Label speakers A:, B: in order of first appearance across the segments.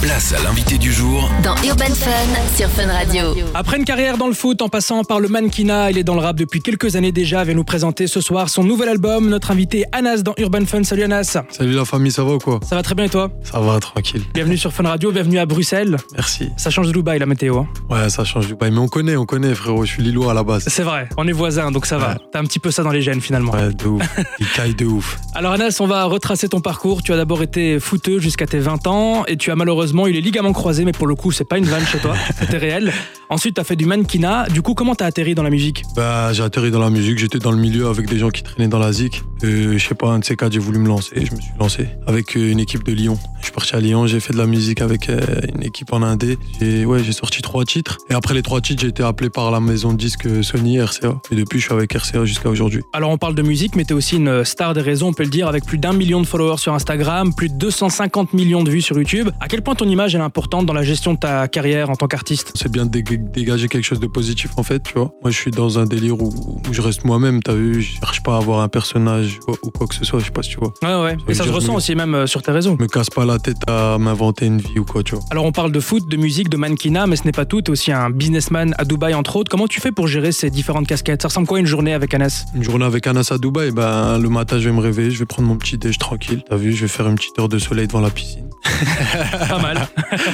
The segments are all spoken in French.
A: Place à l'invité du jour
B: Dans Urban Fun sur Fun Radio.
C: Après une carrière dans le foot en passant par le mannequinat, il est dans le rap depuis quelques années déjà, vient nous présenter ce soir son nouvel album, notre invité Anas dans Urban Fun. Salut Anas, ça
D: Salut la famille, ça va ou quoi
C: va très bien et toi
D: Ça va, tranquille.
C: Bienvenue sur Fun Radio, bienvenue à Bruxelles.
D: Merci.
C: Ça change de Dubaï la météo. hein.
D: Ouais, ça change du bail. Mais on connaît, on connaît, frérot. Je suis Lillois à la base.
C: C'est vrai, on est voisins donc ça va.
D: Ouais.
C: T'as un petit peu ça dans les gènes finalement.
D: Ouais, de ouf. Il caille de ouf.
C: Alors Anas, on va retracer ton parcours. Tu as d'abord été footeux jusqu'à tes 20 ans et tu as malheureusement eu les ligaments croisés, mais pour le coup, c'est pas une vanne chez toi, c'était réel. Ensuite, t'as fait du mannequinat. Du coup, comment t'as atterri dans la musique
D: Bah, j'ai atterri dans la musique. J'étais dans le milieu avec des gens qui traînaient dans la zik. Euh, je sais pas, un de ces quatre, j'ai voulu me lancer. Je me suis lancé avec euh, une équipe de Lyon. Je suis parti à Lyon, j'ai fait de la musique avec euh, une équipe en indé. J'ai, ouais, j'ai sorti trois titres. Et après les trois titres, j'ai été appelé par la maison de disques Sony RCA. Et depuis, je suis avec RCA jusqu'à aujourd'hui.
C: Alors on parle de musique, mais t'es aussi une euh, star des réseaux, on peut le dire, avec plus d'un million de followers sur Instagram, plus de 250 millions de vues sur YouTube. À quel point ton image elle est importante dans la gestion de ta carrière en tant qu'artiste
D: C'est bien de dég- dégager quelque chose de positif en fait, tu vois. Moi, je suis dans un délire où, où je reste moi-même, t'as vu. Je cherche pas à avoir un personnage ou, ou quoi que ce soit, je sais pas si tu vois.
C: Ouais ouais, et
D: veut
C: ça se
D: dire
C: ressent
D: mieux.
C: aussi même euh, sur tes réseaux.
D: Je me casse pas la tête à m'inventer une vie ou quoi, tu vois.
C: Alors on parle de foot, de musique, de mannequinat, mais ce n'est pas tout, t'es aussi un businessman à Dubaï entre autres. Comment tu fais pour gérer ces différentes casquettes Ça ressemble quoi une journée avec Anas
D: Une journée avec Anas à Dubaï, ben, le matin, je vais me réveiller, je vais prendre mon petit déj tranquille. T'as vu, je vais faire une petite heure de soleil devant la piscine.
C: Pas mal,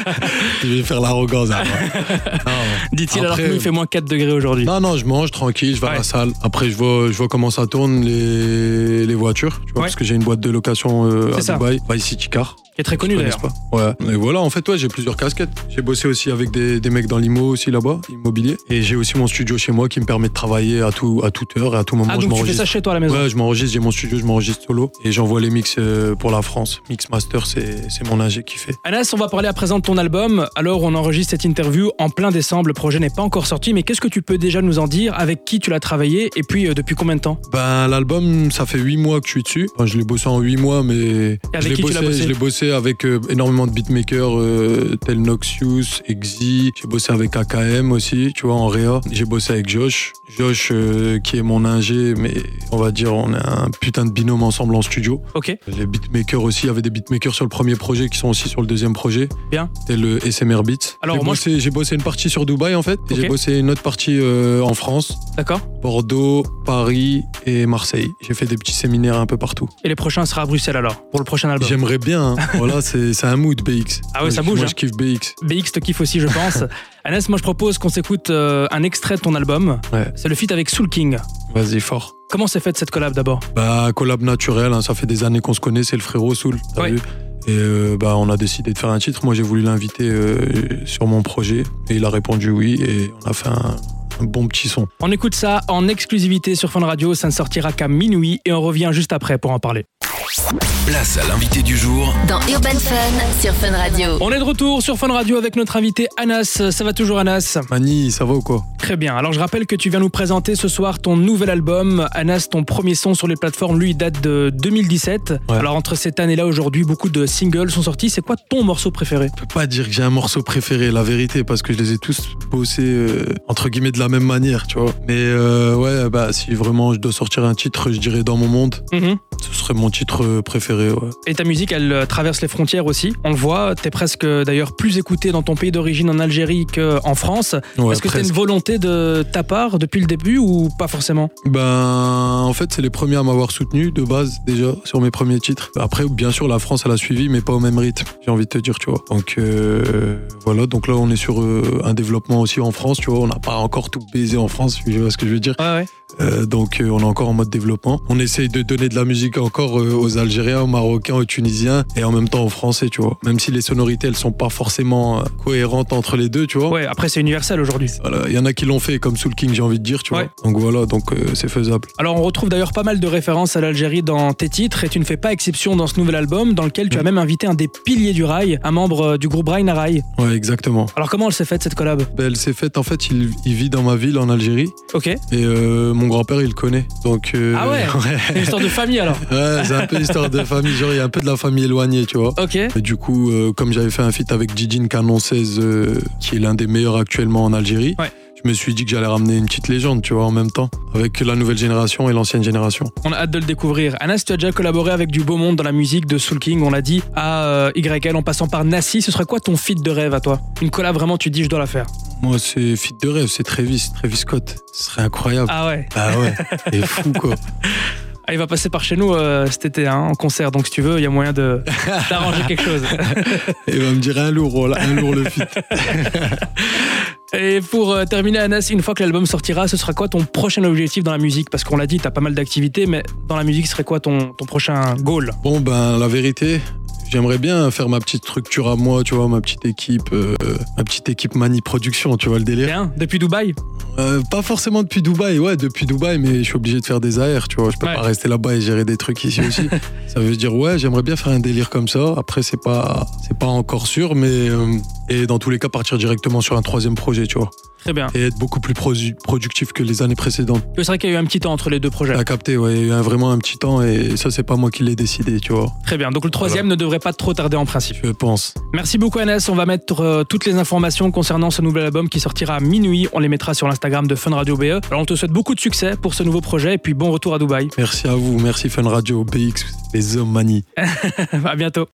D: Je vais faire l'arrogance. hein, moi. Ah, ouais.
C: dit-il alors que
D: Après- euh,
C: nous il fait moins 4 degrés aujourd'hui.
D: Non, non, je mange tranquille, je vais à
C: Ouais.
D: la salle. Après, je vois, je vois comment ça tourne les, les voitures, tu vois,
C: Ouais.
D: parce que j'ai une boîte de location euh,
C: C'est
D: à
C: ça.
D: Dubaï, Vice City Car.
C: Qui est très connu
D: Je connais
C: d'ailleurs.
D: pas. Ouais. Et voilà, en fait, ouais, j'ai plusieurs casquettes. J'ai bossé aussi avec des, des mecs dans l'IMO aussi là-bas, immobilier. Et j'ai aussi mon studio chez moi qui me permet de travailler à, tout, à toute heure et à tout moment.
C: Ah
D: je
C: donc tu fais
D: m'enregistre.
C: ça chez toi à la maison
D: Ouais, je m'enregistre, j'ai mon studio, je m'enregistre solo et j'envoie les mix euh, pour la France. Mix Master, c'est c'est mon ingé qui fait.
C: Anas, on va parler à présent de ton album. Alors, on enregistre cette interview en plein décembre. Le projet n'est pas encore sorti, mais qu'est-ce que tu peux déjà nous en dire Avec qui tu l'as travaillé Et puis, euh, depuis combien de temps
D: Ben, l'album, ça fait 8 mois que je suis dessus. Enfin, je l'ai bossé en 8 mois, mais.
C: avec
D: je l'ai
C: qui tu l'as bossé
D: Je l'ai bossé avec euh, énormément de beatmakers, euh, tels Noxious, Exy. J'ai bossé avec AKM aussi, tu vois, en Réa. J'ai bossé avec Josh. Josh, euh, qui est mon ingé, mais on va dire, on a un putain de binôme ensemble en studio.
C: Ok.
D: Les beatmakers aussi, il y avait des beatmakers sur le premier projet qui sont aussi sur le deuxième projet. euh,
C: Bien.
D: C'était le SMR Beats.
C: Alors,
D: j'ai
C: moi,
D: bossé, j'ai bossé une partie sur Dubaï en fait, et
C: Ok.
D: j'ai bossé une autre partie euh, en France,
C: D'accord.
D: Bordeaux, Paris et Marseille. J'ai fait des petits séminaires un peu partout.
C: Et les prochains sera à Bruxelles alors, pour le prochain album.
D: J'aimerais bien. hein. voilà, c'est c'est un mood BX.
C: bah. Ah ouais, ça
D: Moi,
C: bouge,
D: Moi,
C: hein.
D: je kiffe BX.
C: BX te kiffe aussi, je pense. Anas, moi, je propose qu'on s'écoute euh, un extrait de ton album.
D: Ouais.
C: C'est le feat avec Soul King.
D: Vas-y, fort.
C: Comment s'est faite cette collab d'abord
D: Bah, collab naturel, hein, ça fait des années qu'on se connaît, c'est le frérot Soul. t'as
C: Ouais.
D: vu et euh, bah, on a décidé de faire un titre. Moi, j'ai voulu l'inviter euh, sur mon projet et il a répondu oui et on a fait un- un bon petit son.
C: On écoute ça en exclusivité sur Fun Radio. Ça ne sortira qu'à minuit et on revient juste après pour en parler.
A: Place à l'invité du jour
B: Dans Urban Fun sur Fun Radio.
C: On est de retour sur Fun Radio avec notre invité Anas. Ça va toujours, Anas
D: Mani, ça va ou quoi
C: Très bien. Alors je rappelle que tu viens nous présenter ce soir ton nouvel album. Anas, ton premier son sur les plateformes, lui, date de 2017.
D: Ouais.
C: Alors entre cette année-là aujourd'hui, beaucoup de singles sont sortis. C'est quoi ton morceau préféré
D: Je peux pas dire que j'ai un morceau préféré, la vérité, parce que je les ai tous bossés euh, entre guillemets de la même manière, tu vois. Mais euh, ouais, bah si vraiment je dois sortir un titre, je dirais Dans mon monde, ce serait mon titre euh, préféré, ouais.
C: Et ta musique, elle euh, traverse les frontières aussi. On le voit, t'es presque euh, d'ailleurs plus écouté dans ton pays d'origine en Algérie qu'en France.
D: Ouais,
C: Est-ce que t'as
D: presque.
C: une volonté de ta part depuis le début ou pas forcément
D: Ben, en fait, c'est les premiers à m'avoir soutenu de base déjà sur mes premiers titres. Après, bien sûr, la France elle a suivi, mais pas au même rythme. J'ai envie de te dire, tu vois. Donc euh, voilà. Donc là, on est sur euh, un développement aussi en France, tu vois. On n'a pas encore tout baisé en France, tu vois ce que je veux dire.
C: Ouais, ouais.
D: Euh, donc euh, on est encore en mode développement. On essaye de donner de la musique encore euh, aux Algériens, aux Marocains, aux Tunisiens et en même temps aux Français, tu vois. Même si les sonorités elles sont pas forcément euh, cohérentes entre les deux, tu vois.
C: Ouais, après c'est universel aujourd'hui.
D: Voilà, il y en a qui l'ont fait comme Soul King, j'ai envie de dire, tu
C: Ouais.
D: vois. Donc voilà, donc euh, c'est faisable.
C: Alors on retrouve d'ailleurs pas mal de références à l'Algérie dans tes titres et tu ne fais pas exception dans ce nouvel album dans lequel tu as
D: Mhm.
C: même invité un des piliers du rail, un membre euh, du groupe Rail Rail.
D: Ouais, exactement.
C: Alors comment elle s'est faite cette collab
D: Ben, elle s'est faite, en fait, il, il vit dans ma ville en Algérie
C: Ok,
D: et euh, mon grand-père il le connaît. Donc euh,
C: Ah ouais c'est une histoire de famille alors.
D: Ouais, c'est un peu histoire de famille, genre il y a un peu de la famille éloignée, tu vois.
C: Ok,
D: Et du coup, euh, comme j'avais fait un feat avec Didine Canon 16, euh, qui est l'un des meilleurs actuellement en Algérie,
C: Ouais.
D: je me suis dit que j'allais ramener une petite légende, tu vois, en même temps, avec la nouvelle génération et l'ancienne génération.
C: On a hâte de le découvrir. Anas, tu as déjà collaboré avec du beau monde dans la musique de Soul King, on l'a dit, à euh, YL en passant par Nassi. Ce serait quoi ton feat de rêve à toi Une collab vraiment, tu dis, je dois la faire.
D: Moi, c'est fit de rêve, c'est Travis, Travis Scott. Ce serait incroyable.
C: Ah ouais.
D: Ah ouais, c'est fou quoi.
C: Ah, il va passer par chez nous euh, cet été hein, en concert, donc si tu veux, il y a moyen de d'arranger quelque chose.
D: Il va me dire un lourd, voilà, un lourd le fit.
C: Et pour euh, terminer, Anas, une fois que l'album sortira, ce sera quoi ton prochain objectif dans la musique Parce qu'on l'a dit, t'as pas mal d'activités, mais dans la musique, ce serait quoi ton, ton prochain goal
D: Bon, ben, la vérité, j'aimerais bien faire ma petite structure à moi, tu vois, ma petite équipe, euh, ma petite équipe Mani Production, tu vois le délire.
C: Bien, depuis Dubaï
D: Euh, pas forcément depuis Dubaï, ouais, depuis Dubaï, mais je suis obligé de faire des AR, tu vois. Je peux
C: Ouais.
D: pas rester là-bas et gérer des trucs ici aussi. ça veut dire, ouais, j'aimerais bien faire un délire comme ça. Après, c'est pas, c'est pas encore sûr, mais. euh, et dans tous les cas, partir directement sur un troisième projet, tu vois.
C: Très bien.
D: Et être beaucoup plus produ- productif que les années précédentes.
C: C'est vrai qu'il y a eu un petit temps entre les deux projets.
D: T'as capté, ouais, il y a eu vraiment un petit temps et ça, c'est pas moi qui l'ai décidé, tu vois.
C: Très bien. Donc le troisième ne devrait pas trop tarder en principe.
D: Je pense.
C: Merci beaucoup Anas, on va mettre euh, toutes les informations concernant ce nouvel album qui sortira à minuit, on les mettra sur l'Instagram de Fun Radio BE. Alors on te souhaite beaucoup de succès pour ce nouveau projet et puis bon retour à Dubaï.
D: Merci à vous, merci Fun Radio, BX, les hommes mani.
C: à bientôt.